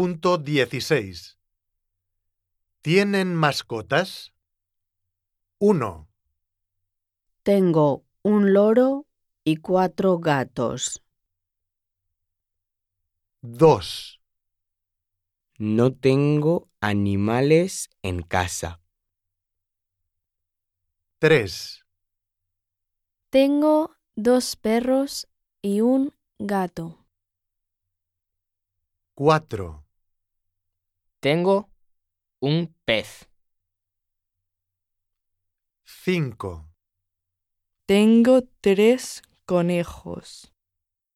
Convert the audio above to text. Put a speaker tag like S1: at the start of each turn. S1: 2.16 ¿Tienen mascotas? 1,
S2: Tengo un loro y cuatro gatos.
S1: 2,
S3: No tengo animales en casa.
S1: 3,
S4: Tengo dos perros y un gato.
S1: 4,
S5: Tengo un pez.
S1: 5,
S6: Tengo tres conejos.